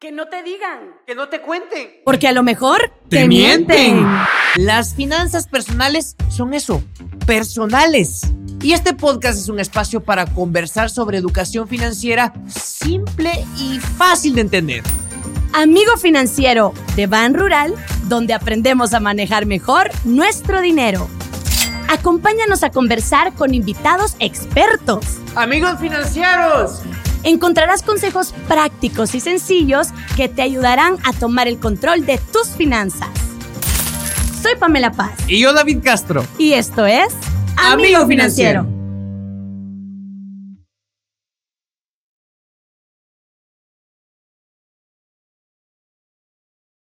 Que no te digan. Que no te cuenten. Porque a lo mejor Te mienten. Las finanzas personales son eso, personales. Y este podcast es un espacio para conversar sobre educación financiera simple y fácil de entender. Amigo financiero de Ban Rural, donde aprendemos a manejar mejor nuestro dinero. Acompáñanos a conversar con invitados expertos. Amigos financieros, Encontrarás consejos prácticos y sencillos que te ayudarán a tomar el control de tus finanzas. Soy Pamela Paz Y yo, David Castro. y esto es Amigo Financiero.